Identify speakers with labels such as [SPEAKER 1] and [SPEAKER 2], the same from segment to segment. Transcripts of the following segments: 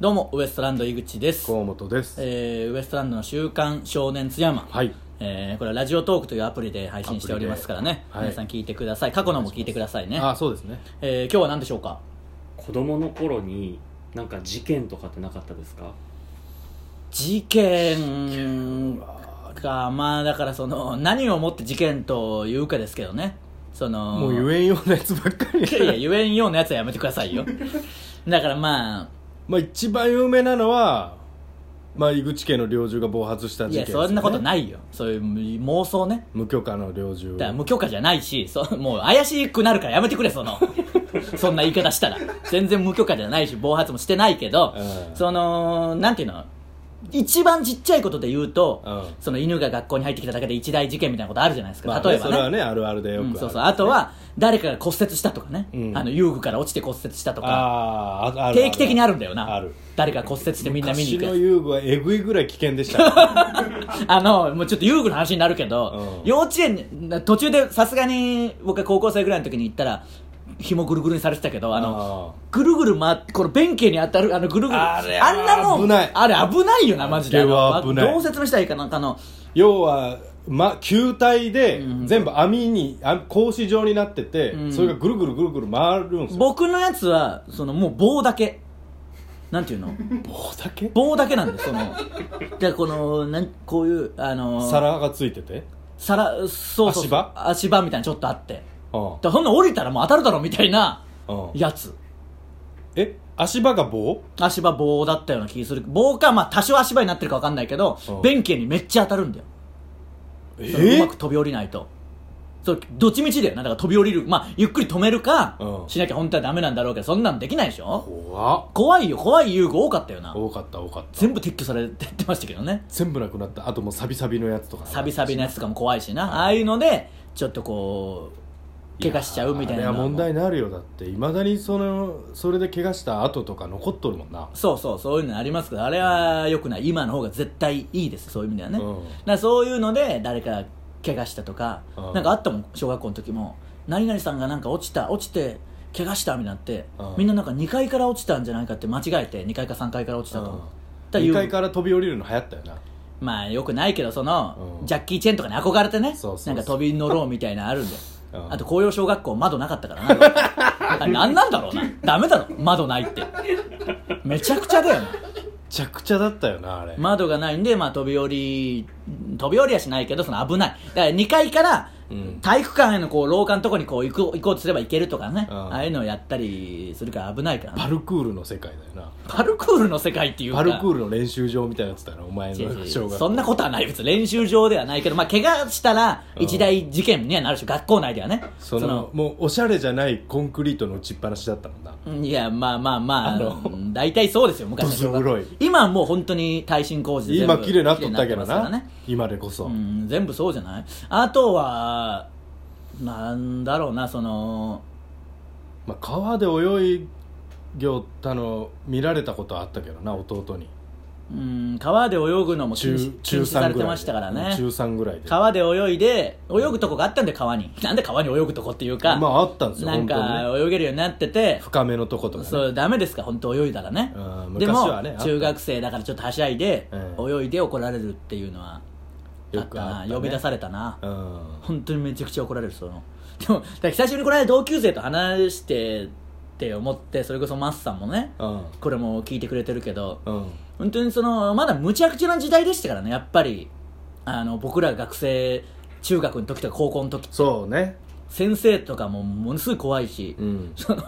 [SPEAKER 1] どうもウエストランド井口です、
[SPEAKER 2] 河本です、
[SPEAKER 1] えーウエストランドの「週刊少年津山」
[SPEAKER 2] はい
[SPEAKER 1] えーこれはラジオトークというアプリで配信しておりますからね、
[SPEAKER 2] アプリではい
[SPEAKER 1] 皆さん聞いてください過去のも聞いてくださいね
[SPEAKER 2] あそうですね
[SPEAKER 1] えー今日は何でしょうか
[SPEAKER 3] 子供の頃になんか事件とかってなかったですか
[SPEAKER 1] 事件かまあだからその何をもって事件というかですけどねその
[SPEAKER 2] もう言えんようなやつばっかり
[SPEAKER 1] いやいや言えんようなやつはやめてくださいよだからま
[SPEAKER 2] まあ一番有名なのは、まあ、井口家の猟銃が暴発した
[SPEAKER 1] あい
[SPEAKER 2] 事件
[SPEAKER 1] や
[SPEAKER 2] ですよね、
[SPEAKER 1] そんなことないよそういう妄想ね
[SPEAKER 2] 無許可の猟銃
[SPEAKER 1] だから無許可じゃないしそうもう怪しくなるからやめてくれそ のそんな言い方したら全然無許可じゃないし暴発もしてないけど、
[SPEAKER 2] うん
[SPEAKER 1] そのなんていうの一番ちっちゃいことで言うと、
[SPEAKER 2] うん
[SPEAKER 1] その犬が学校に入ってきただけで一大事件みたいなことあるじゃないですか、
[SPEAKER 2] まあね
[SPEAKER 1] 例えば
[SPEAKER 2] そ
[SPEAKER 1] ね
[SPEAKER 2] れはねあるあるでよく
[SPEAKER 1] う
[SPEAKER 2] ある、
[SPEAKER 1] ん、そうそうあとは誰かが骨折したとかね、
[SPEAKER 2] うん
[SPEAKER 1] あの遊具から落ちて骨折したとか
[SPEAKER 2] あーあある
[SPEAKER 1] 定期的にあるんだよな
[SPEAKER 2] ある
[SPEAKER 1] 誰か骨折してみんな見に行
[SPEAKER 2] 昔
[SPEAKER 1] くや
[SPEAKER 2] の
[SPEAKER 1] つ
[SPEAKER 2] 遊具はえぐいぐらい危険でした、 ね、
[SPEAKER 1] あの、もうちょっと遊具の話になるけど、
[SPEAKER 2] うん
[SPEAKER 1] 幼稚園に、途中でさすがに僕が高校生ぐらいの時に行ったら、紐ぐるぐるにされてたけど、あの、ぐるぐる回って、この弁慶に当たる、あのぐるぐる。
[SPEAKER 2] あれ
[SPEAKER 1] んなもん、
[SPEAKER 2] 危ない
[SPEAKER 1] あれ危ないよな、マジで。
[SPEAKER 2] あれは
[SPEAKER 1] あの
[SPEAKER 2] 危ない
[SPEAKER 1] どう説明したらいいかなんかあの、
[SPEAKER 2] 要は、ま、球体で全部網にあ格子状になってて、
[SPEAKER 1] うん
[SPEAKER 2] それがぐるぐるぐるぐる回るんですよ
[SPEAKER 1] 僕のやつは、そのもう棒だけ。なんていうの
[SPEAKER 2] 棒だけ
[SPEAKER 1] 棒だけなんです、その。で、この、なんこういう、あの、
[SPEAKER 2] 皿がついてて、
[SPEAKER 1] 皿、そうそうそう。
[SPEAKER 2] 足場
[SPEAKER 1] 足場みたいなのちょっとあって。
[SPEAKER 2] うん
[SPEAKER 1] だからそんな降りたらもう当たるだろ、みたいな
[SPEAKER 2] うん、
[SPEAKER 1] やつ。
[SPEAKER 2] え足場が棒
[SPEAKER 1] 足場棒だったような気する棒か、まあ、多少足場になってるか分かんないけど
[SPEAKER 2] うん
[SPEAKER 1] 弁慶にめっちゃ当たるんだよ、
[SPEAKER 2] え
[SPEAKER 1] そのうまく飛び降りないとそうどっちみちだよなだから飛び降りる、まあ、ゆっくり止めるか、
[SPEAKER 2] うん
[SPEAKER 1] しなきゃ本当はダメなんだろうけどそんなんできないでしょ
[SPEAKER 2] 怖っ
[SPEAKER 1] 怖いよ怖い遊具多かったよな
[SPEAKER 2] 多かった多かった
[SPEAKER 1] 全部撤去されてってましたけどね
[SPEAKER 2] 全部なくなったあともうサビサビのやつとか
[SPEAKER 1] サビサビのやつとかも怖いしなああいうのでちょっとこう怪我しちゃうみたいな
[SPEAKER 2] やあ
[SPEAKER 1] の
[SPEAKER 2] れ
[SPEAKER 1] は
[SPEAKER 2] は問題になるよだっていまだにそのそれで怪我した跡とか残っとるもんな
[SPEAKER 1] そうそうそういうのありますけどあれは良くない今の方が絶対いいですそういう意味ではね、
[SPEAKER 2] うん
[SPEAKER 1] だからそういうので誰か怪我したとか、
[SPEAKER 2] うん
[SPEAKER 1] なんかあったもん小学校の時も何々さんがなんか落ちた落ちて怪我したみたいになって、
[SPEAKER 2] うん
[SPEAKER 1] みんななんか2階から落ちたんじゃないかって間違えて2階か3階から落ちたと、だ
[SPEAKER 2] 2
[SPEAKER 1] から
[SPEAKER 2] 階から飛び降りるの流行ったよな
[SPEAKER 1] まあよくないけどその、
[SPEAKER 2] うん
[SPEAKER 1] ジャッキー・チェンとかに憧れてね
[SPEAKER 2] そうそうそう
[SPEAKER 1] なんか飛び乗ろうみたいなのあるんで、
[SPEAKER 2] うん
[SPEAKER 1] あと紅葉小学校窓なかったからな あれ何なんだろうなダメだろ窓ないってめちゃくちゃだよな
[SPEAKER 2] めちゃくちゃだったよなあれ、
[SPEAKER 1] 窓がないんで、まあ、飛び降り飛び降りはしないけどその危ないだから2階から
[SPEAKER 2] うん
[SPEAKER 1] 体育館へのこう廊下のとこにこう行く行こうとすれば行けるとかね、
[SPEAKER 2] うん
[SPEAKER 1] ああいうのをやったりするから危ないから、
[SPEAKER 2] パルクールの世界だよな
[SPEAKER 1] パルクールの世界っていうか
[SPEAKER 2] パルクールの練習場みたいなやつだよなお前
[SPEAKER 1] 違う
[SPEAKER 2] の
[SPEAKER 1] 違
[SPEAKER 2] 小
[SPEAKER 1] う
[SPEAKER 2] 学
[SPEAKER 1] そんなことはない別に練習場ではないけど、まあ、怪我したら
[SPEAKER 2] うん
[SPEAKER 1] 一大事件にはなるし、学校内ではね
[SPEAKER 2] そのもうおしゃれじゃないコンクリートの打ちっぱなしだったもんな
[SPEAKER 1] うんいやまあまあまあ
[SPEAKER 2] あの
[SPEAKER 1] うん大体そうですよ昔の小学校
[SPEAKER 2] どす黒い
[SPEAKER 1] 今はもう本当に耐震工事で全部
[SPEAKER 2] 今綺麗になっとった
[SPEAKER 1] 綺麗にっ
[SPEAKER 2] けど
[SPEAKER 1] てますか
[SPEAKER 2] な
[SPEAKER 1] らね
[SPEAKER 2] 今でこそ、
[SPEAKER 1] うん全部そうじゃないあとはなんだろうなその
[SPEAKER 2] まあ、川で泳いぎょったの見られたことはあったけどな弟に
[SPEAKER 1] うん川で泳ぐのも禁止禁止されてましたから
[SPEAKER 2] うん
[SPEAKER 1] ね
[SPEAKER 2] 中3ぐらいで
[SPEAKER 1] 川で泳いで泳ぐとこがあったんで川になんで川に泳ぐとこっていうか、
[SPEAKER 2] まああったんですよ
[SPEAKER 1] なん
[SPEAKER 2] 本
[SPEAKER 1] か
[SPEAKER 2] 当にね
[SPEAKER 1] 泳げるようになってて
[SPEAKER 2] 深めのとことか、ね、
[SPEAKER 1] そうダメですか本当泳いだらね
[SPEAKER 2] うん
[SPEAKER 1] で
[SPEAKER 2] 昔
[SPEAKER 1] も
[SPEAKER 2] はねあった
[SPEAKER 1] 中学生だからちょっとはしゃいで、
[SPEAKER 2] う
[SPEAKER 1] 泳いで怒られるっていうのはあ
[SPEAKER 2] よ
[SPEAKER 1] った
[SPEAKER 2] くあ
[SPEAKER 1] な
[SPEAKER 2] ったね
[SPEAKER 1] 呼び出されたな
[SPEAKER 2] うん
[SPEAKER 1] 本当にめちゃくちゃ怒られるその でもだから久しぶりにこの間同級生と話してって思ってそれこそマッさんもね
[SPEAKER 2] うん
[SPEAKER 1] これも聞いてくれてるけど
[SPEAKER 2] うん
[SPEAKER 1] 本当にそのまだむちゃくちゃな時代でしたからねやっぱりあの僕らが学生中学の時とか高校の時
[SPEAKER 2] そうね
[SPEAKER 1] 先生とかもものすごい怖いし、
[SPEAKER 2] うん
[SPEAKER 1] その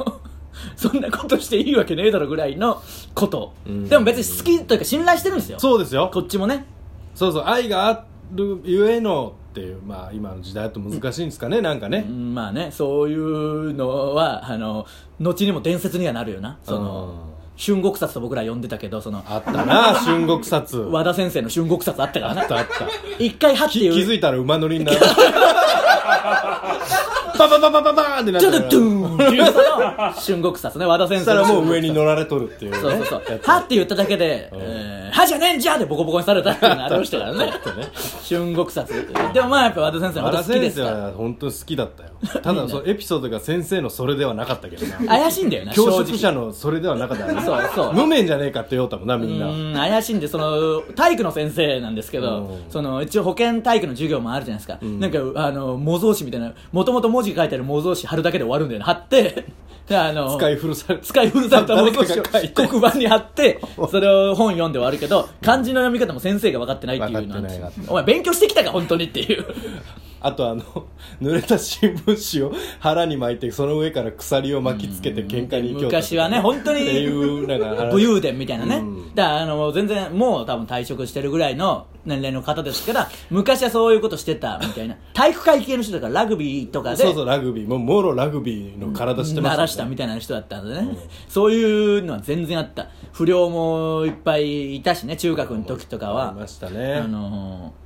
[SPEAKER 1] そんなことしていいわけねえだろぐらいのこと、
[SPEAKER 2] うん
[SPEAKER 1] でも別に好きというか信頼してるんですよ
[SPEAKER 2] そうですよ
[SPEAKER 1] こっちもね
[SPEAKER 2] そうそう愛があるゆえのっていうまあ今の時代だと難しいんですかね、なんか
[SPEAKER 1] う
[SPEAKER 2] ね、
[SPEAKER 1] んまあねそういうのはあの後にも伝説にはなるよなその春国殺と僕ら呼んでたけどその
[SPEAKER 2] あったな春国殺
[SPEAKER 1] 和田先生の春国殺あった から
[SPEAKER 2] あ
[SPEAKER 1] な
[SPEAKER 2] ったあった
[SPEAKER 1] 一回はって
[SPEAKER 2] き気
[SPEAKER 1] い
[SPEAKER 2] づ
[SPEAKER 1] う
[SPEAKER 2] いたら馬乗りになるパパパパパパーンってなっ
[SPEAKER 1] ち
[SPEAKER 2] て
[SPEAKER 1] ょっとドゥーンっていうその春国殺ね和田
[SPEAKER 2] そ
[SPEAKER 1] 先
[SPEAKER 2] した
[SPEAKER 1] 生
[SPEAKER 2] ら
[SPEAKER 1] の
[SPEAKER 2] もう上に乗られとるっていうね
[SPEAKER 1] そうそうそう
[SPEAKER 2] やつ
[SPEAKER 1] はって言っただけで
[SPEAKER 2] うん
[SPEAKER 1] えーはじゃねえんじゃでボコボコにされたっていうのありました からね春国殺でもまあやっぱ和田先生の
[SPEAKER 2] 和
[SPEAKER 1] こと
[SPEAKER 2] 田
[SPEAKER 1] 好きで
[SPEAKER 2] 先
[SPEAKER 1] す
[SPEAKER 2] 生
[SPEAKER 1] から
[SPEAKER 2] は本当に好きだったよただそのエピソードが先生のそれではなかったけどな
[SPEAKER 1] 怪しいんだよな
[SPEAKER 2] 教職
[SPEAKER 1] 正
[SPEAKER 2] 者のそれではなかったよな
[SPEAKER 1] そうそう
[SPEAKER 2] 飲めんじゃねえかって言おうたもんなみんな
[SPEAKER 1] 直うん怪しいんでその体育の先生なんですけど
[SPEAKER 2] うん
[SPEAKER 1] その一応保健体育の授業もあるじゃないですか
[SPEAKER 2] ん
[SPEAKER 1] なんかあの模造紙みたいなもともと文字が書いてある模造紙貼るだけで終わるんだよね貼ってであの
[SPEAKER 2] 使い古され
[SPEAKER 1] 使い古された文字を
[SPEAKER 2] 誰かが書いて
[SPEAKER 1] 黒板に貼ってそれを本読んで終わるけど漢字の読み方も先生が分かってないっていうの
[SPEAKER 2] 分かってない
[SPEAKER 1] お前勉強してきたか本当にっていう
[SPEAKER 2] あとあの濡れた新聞紙を腹に巻いてその上から鎖を巻きつけて喧嘩に行きよったとか
[SPEAKER 1] 昔はね本当に
[SPEAKER 2] っていうなんか話
[SPEAKER 1] 武勇伝みたいなね、
[SPEAKER 2] うん
[SPEAKER 1] だからあの全然もう多分退職してるぐらいの年齢の方ですから昔はそういうことしてたみたいな体育会系の人だからラグビーとかで
[SPEAKER 2] そうそうラグビーもうもろラグビーの体してまし
[SPEAKER 1] 鳴
[SPEAKER 2] た
[SPEAKER 1] らしたみたいな人だったのでね、そういうのは全然あった不良もいっぱいいたしね中学の時とかは
[SPEAKER 2] ありましたね
[SPEAKER 1] あのー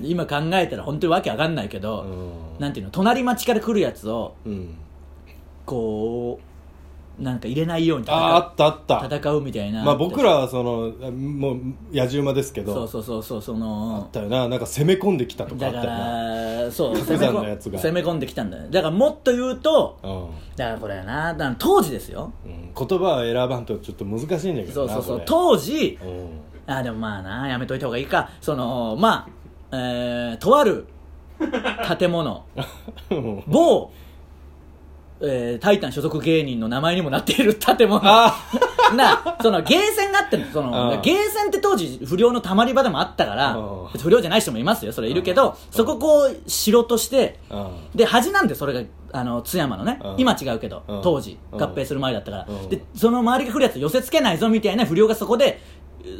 [SPEAKER 1] 今考えたら本当にわけわかんないけど、
[SPEAKER 2] うん
[SPEAKER 1] なんていうの隣町から来るやつを
[SPEAKER 2] うん
[SPEAKER 1] こうなんか入れないように戦う
[SPEAKER 2] ああったあった
[SPEAKER 1] 戦うみたいな
[SPEAKER 2] まあ僕らはそのもう野獣馬ですけど
[SPEAKER 1] そうそうそうそうそ
[SPEAKER 2] あ
[SPEAKER 1] の
[SPEAKER 2] ったよななんか攻め込んできたとかあ
[SPEAKER 1] だ
[SPEAKER 2] った
[SPEAKER 1] か
[SPEAKER 2] よな
[SPEAKER 1] らそう
[SPEAKER 2] ク
[SPEAKER 1] 攻め
[SPEAKER 2] ザのやつ
[SPEAKER 1] 込
[SPEAKER 2] が
[SPEAKER 1] ん攻め込んできたんだよだからもっと言うと
[SPEAKER 2] うん
[SPEAKER 1] だからこれやなだから当時ですよ
[SPEAKER 2] うん言葉は選ばんとちょっと難しいんだけ
[SPEAKER 1] そう
[SPEAKER 2] どな
[SPEAKER 1] そうそう
[SPEAKER 2] こ
[SPEAKER 1] 当時
[SPEAKER 2] れうん
[SPEAKER 1] あでもまあなやめといた方がいいかそのまあえー、とある建物 某、えータイタン所属芸人の名前にもなっている建物
[SPEAKER 2] あ
[SPEAKER 1] なそのゲーセンがあってんのその、
[SPEAKER 2] うん
[SPEAKER 1] ゲーセンって当時不良のたまり場でもあったから、
[SPEAKER 2] うん
[SPEAKER 1] 不良じゃない人もいますよそれいるけど、そここう城として
[SPEAKER 2] あうん
[SPEAKER 1] で恥なんでそれがあの津山のね、
[SPEAKER 2] うん
[SPEAKER 1] 今違うけど、
[SPEAKER 2] うん
[SPEAKER 1] 当時
[SPEAKER 2] うん
[SPEAKER 1] 合併する前だったから、
[SPEAKER 2] うん
[SPEAKER 1] でその周りが来るやつ寄せつけないぞみたいな不良がそこで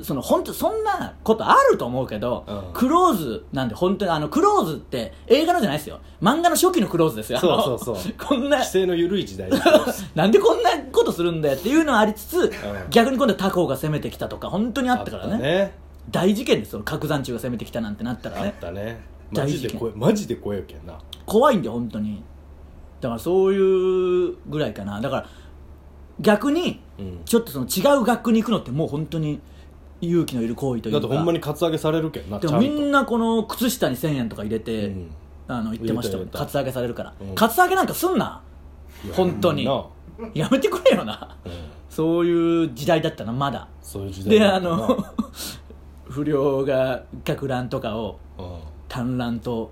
[SPEAKER 1] うその本当そんなことあると思うけど、
[SPEAKER 2] うん
[SPEAKER 1] クローズなんで本当にあのクローズって映画のじゃないですよ漫画の初期のクローズですよあの
[SPEAKER 2] そうそうそう
[SPEAKER 1] こんな
[SPEAKER 2] 規制の緩い時代です
[SPEAKER 1] なんでこんなことするんだよっていうのはありつつ、
[SPEAKER 2] ん
[SPEAKER 1] 逆に今度は他校が攻めてきたとか本当にあったからね
[SPEAKER 2] ね
[SPEAKER 1] 大事件ですよ角山中が攻めてきたなんてなったら
[SPEAKER 2] あっ
[SPEAKER 1] ね
[SPEAKER 2] たねマ
[SPEAKER 1] 大
[SPEAKER 2] ジ
[SPEAKER 1] 事
[SPEAKER 2] で
[SPEAKER 1] 件
[SPEAKER 2] 怖いマジで怖いけんな
[SPEAKER 1] 怖いんだよ本当にだからそういうぐらいかなだから逆に
[SPEAKER 2] うん
[SPEAKER 1] ちょっとその違う学区に行くのってもう本当に勇気のいる行為という
[SPEAKER 2] だ
[SPEAKER 1] か
[SPEAKER 2] ってほんまにカツアゲされるけんなち
[SPEAKER 1] で
[SPEAKER 2] ゃん
[SPEAKER 1] もみ
[SPEAKER 2] と
[SPEAKER 1] んなこの靴下に1000円とか入れて、
[SPEAKER 2] うん
[SPEAKER 1] あの言ってましたもん
[SPEAKER 2] 入れた入れた
[SPEAKER 1] カツアゲされるから、
[SPEAKER 2] うん
[SPEAKER 1] カツアゲなんかすんない
[SPEAKER 2] や
[SPEAKER 1] 本当に
[SPEAKER 2] な
[SPEAKER 1] やめてくれよな
[SPEAKER 2] うん
[SPEAKER 1] そういう時代だったなまだ
[SPEAKER 2] そういう時代
[SPEAKER 1] で
[SPEAKER 2] だ
[SPEAKER 1] あ
[SPEAKER 2] ったな
[SPEAKER 1] の 不良が学ランとかを
[SPEAKER 2] うん
[SPEAKER 1] 短ランと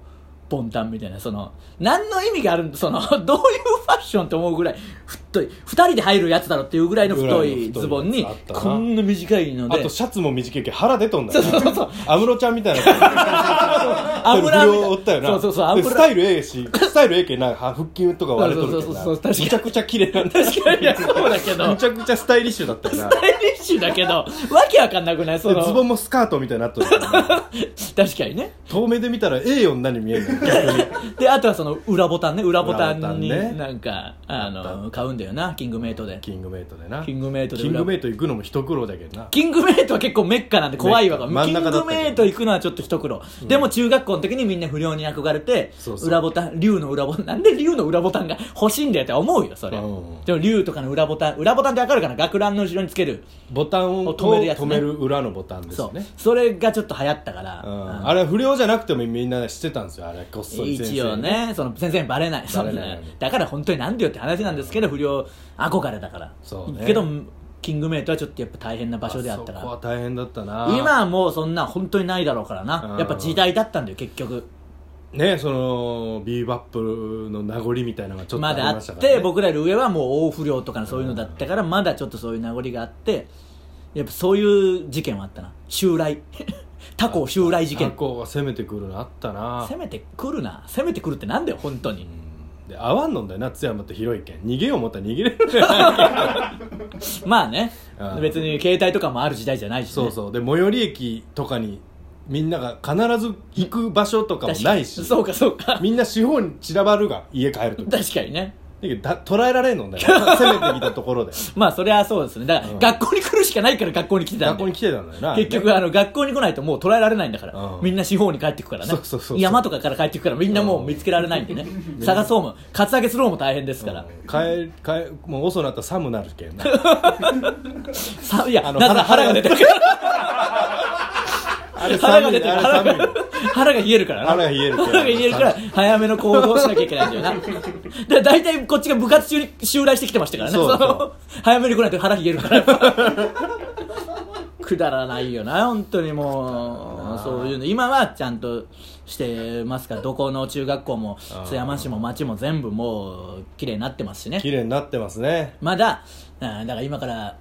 [SPEAKER 1] ボンタンみたいなその何の意味があるんその どういうファッションと思うぐらい太い2人で入るやつだろっていうぐらいの
[SPEAKER 2] ぐら
[SPEAKER 1] 太
[SPEAKER 2] いの太
[SPEAKER 1] い
[SPEAKER 2] い
[SPEAKER 1] ズボンに
[SPEAKER 2] やつあったな
[SPEAKER 1] こんな短いの
[SPEAKER 2] あ
[SPEAKER 1] で
[SPEAKER 2] とシャツも短いけど腹出とんだよ安室ちゃんみたいな
[SPEAKER 1] アムラ
[SPEAKER 2] 不良おったよな
[SPEAKER 1] そうそうそうアム
[SPEAKER 2] で
[SPEAKER 1] ラ
[SPEAKER 2] スタイルええしスタイルええけんな腹筋とか割れとるけどな
[SPEAKER 1] そうそうそうそう
[SPEAKER 2] む
[SPEAKER 1] 確かに
[SPEAKER 2] ちゃくちゃ綺麗なんだ
[SPEAKER 1] 確かにいやそうだけど
[SPEAKER 2] むちゃくちゃスタイリッシュだったよな
[SPEAKER 1] スタイリッシュだけどわけわかんなくないそ
[SPEAKER 2] で
[SPEAKER 1] の
[SPEAKER 2] ズボンもスカートみたいになっとるけどな
[SPEAKER 1] 確かにね
[SPEAKER 2] 遠目で見たらええ女に見える んだよ逆に
[SPEAKER 1] であとはその裏ボタンね裏ボタ
[SPEAKER 2] 裏ボタ
[SPEAKER 1] ン
[SPEAKER 2] ン
[SPEAKER 1] に
[SPEAKER 2] ね
[SPEAKER 1] なんか、あ
[SPEAKER 2] あ
[SPEAKER 1] の買うんだよなキングメイトで
[SPEAKER 2] キングメイトでな
[SPEAKER 1] キングメイトで
[SPEAKER 2] キングメイト行くのも一苦労だけどな
[SPEAKER 1] キングメイトは結構メッカなんで怖いわ
[SPEAKER 2] メッカ
[SPEAKER 1] キ
[SPEAKER 2] 真ん
[SPEAKER 1] ン
[SPEAKER 2] 中だ
[SPEAKER 1] グ
[SPEAKER 2] ったけど
[SPEAKER 1] メイト行くのはちょっと一苦労、でも中学校の時にみんな不良に憧れて
[SPEAKER 2] そうそう
[SPEAKER 1] 裏ボタン竜の裏ボタンなんで竜の裏ボタンが欲しいんだよって思うよそれ、
[SPEAKER 2] うん
[SPEAKER 1] でも竜とかの裏ボタン裏ボタンってわかるかな学ランの後ろにつける
[SPEAKER 2] ボタンを
[SPEAKER 1] 止めるやつね
[SPEAKER 2] 止める裏のボタンです
[SPEAKER 1] そう
[SPEAKER 2] ね
[SPEAKER 1] それがちょっと流行ったから、
[SPEAKER 2] うんあれは不良じゃなくてもみんな知ってたんですよあれこっそり先生に
[SPEAKER 1] 一応ねその先生にバレない
[SPEAKER 2] バレない
[SPEAKER 1] そんだから本当になんでよって話なんですけど不良憧れだから
[SPEAKER 2] そうね
[SPEAKER 1] けどキングメイトはちょっとやっぱ大変な場所であったか
[SPEAKER 2] そこは
[SPEAKER 1] ら
[SPEAKER 2] 大変だったな
[SPEAKER 1] 今はもうそんな本当にないだろうから
[SPEAKER 2] う
[SPEAKER 1] なんやっぱ時代だったんだよ結局
[SPEAKER 2] ねそのビーバップの名残みたいなのがちょっと
[SPEAKER 1] ま
[SPEAKER 2] あり
[SPEAKER 1] だあ
[SPEAKER 2] まし
[SPEAKER 1] った
[SPEAKER 2] から、ね、
[SPEAKER 1] て僕らより上はもう大不良とかのそういうのだったからまだちょっとそういう名残があってやっぱそういう事件はあったな襲来 他校襲来事件
[SPEAKER 2] 学校が攻めてくるのあったな
[SPEAKER 1] 攻めてくるな攻めてくるってなんだよ本当に
[SPEAKER 2] で合わんのんだよな津山って広いけん逃げよう思ったら逃 げれるね
[SPEAKER 1] まあね
[SPEAKER 2] うん
[SPEAKER 1] 別に携帯とかもある時代じゃないしね
[SPEAKER 2] そうそうで最寄り駅とかにみんなが必ず行く場所とかもないし
[SPEAKER 1] そうかそうか
[SPEAKER 2] みんな四方に散らばるが家帰ると
[SPEAKER 1] 確かにね
[SPEAKER 2] けどだ捉えられんの だよ攻めてきたところで
[SPEAKER 1] まあそれはそうですねだから、
[SPEAKER 2] うん
[SPEAKER 1] 学校に来るしかないから学校に来てたん
[SPEAKER 2] 学
[SPEAKER 1] で
[SPEAKER 2] 校に来てたんだよな
[SPEAKER 1] 結局あの学校に来ないともう捉えられないんだから、
[SPEAKER 2] うん
[SPEAKER 1] みんな四方に帰ってくからね
[SPEAKER 2] そうそうそうそう
[SPEAKER 1] 山とかから帰ってくからみんなもう見つけられないんでね、探そうもカツアゲするのも大変ですから、
[SPEAKER 2] 帰帰もう遅なったら寒なるけんな
[SPEAKER 1] さいや
[SPEAKER 2] あの
[SPEAKER 1] なぜなら腹
[SPEAKER 2] 腹
[SPEAKER 1] が
[SPEAKER 2] が
[SPEAKER 1] 出てるから
[SPEAKER 2] あれ
[SPEAKER 1] 腹が
[SPEAKER 2] 寒
[SPEAKER 1] 出
[SPEAKER 2] い
[SPEAKER 1] てる
[SPEAKER 2] あれ
[SPEAKER 1] 腹
[SPEAKER 2] 寒い
[SPEAKER 1] が腹が冷えるからな
[SPEAKER 2] 腹が冷えるけん
[SPEAKER 1] 腹が冷えるから早めの行動をしなきゃいけないんだよ なだから大体こっちが部活中に襲来してきてましたからね
[SPEAKER 2] そうそう
[SPEAKER 1] の早めに来ないと腹冷えるから くだらないよな本当にもうそういうの今はちゃんとしてますからどこの中学校も
[SPEAKER 2] あー
[SPEAKER 1] 津山市も町も全部もう綺麗になってますしね
[SPEAKER 2] 綺麗になってますね
[SPEAKER 1] まだあーだから今から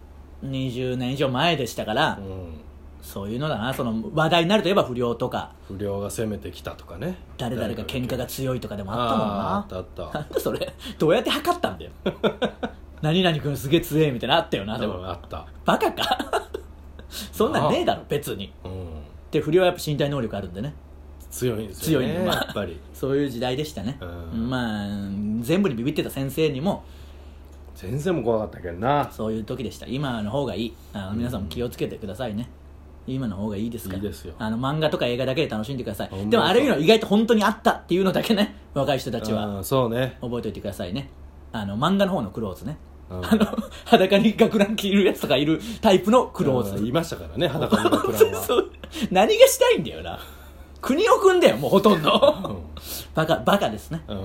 [SPEAKER 1] 20年以上前でしたから、
[SPEAKER 2] うん
[SPEAKER 1] そういうのだなその話題になるといえば不良とか
[SPEAKER 2] 不良が攻めてきたとかね
[SPEAKER 1] 誰々が喧嘩が強いとかでもあ
[SPEAKER 2] あ
[SPEAKER 1] っ
[SPEAKER 2] ー
[SPEAKER 1] た
[SPEAKER 2] あ
[SPEAKER 1] も
[SPEAKER 2] ったあ
[SPEAKER 1] んな
[SPEAKER 2] った
[SPEAKER 1] なんだそれどうやって測ったん だよ何々君すげえ強えみたいなのあった よなで
[SPEAKER 2] で
[SPEAKER 1] も、
[SPEAKER 2] もあった
[SPEAKER 1] バカか そんなんねえだろ別に
[SPEAKER 2] うん
[SPEAKER 1] で不良はやっぱ身体能力あるんでね
[SPEAKER 2] 強いんですよね
[SPEAKER 1] 強いんだまあ
[SPEAKER 2] やっぱり
[SPEAKER 1] そういう時代でしたね、
[SPEAKER 2] うん
[SPEAKER 1] まあ全部にビビってた先生にも
[SPEAKER 2] 全然も怖かったけどな
[SPEAKER 1] そういう時でした今の方がいいあの皆さんも気をつけてくださいね、今の方がいいですから
[SPEAKER 2] いいですよ
[SPEAKER 1] あの漫画とか映画だけで楽しんでくださ
[SPEAKER 2] ほんま
[SPEAKER 1] い
[SPEAKER 2] に
[SPEAKER 1] でもあれいうの意外と本当にあったっていうのだけね若い人たちは
[SPEAKER 2] うんそうね
[SPEAKER 1] 覚えておいてくださいねあの漫画の方のクローズね、
[SPEAKER 2] うん
[SPEAKER 1] あの裸に学ラン着るやつとかいるタイプのクロ
[SPEAKER 2] うんい
[SPEAKER 1] ー
[SPEAKER 2] ましたからね裸の学ラ ン
[SPEAKER 1] ズ
[SPEAKER 2] は
[SPEAKER 1] そう何がしたいんだよな国を組んだよもうほとんどバカバカですね
[SPEAKER 2] うん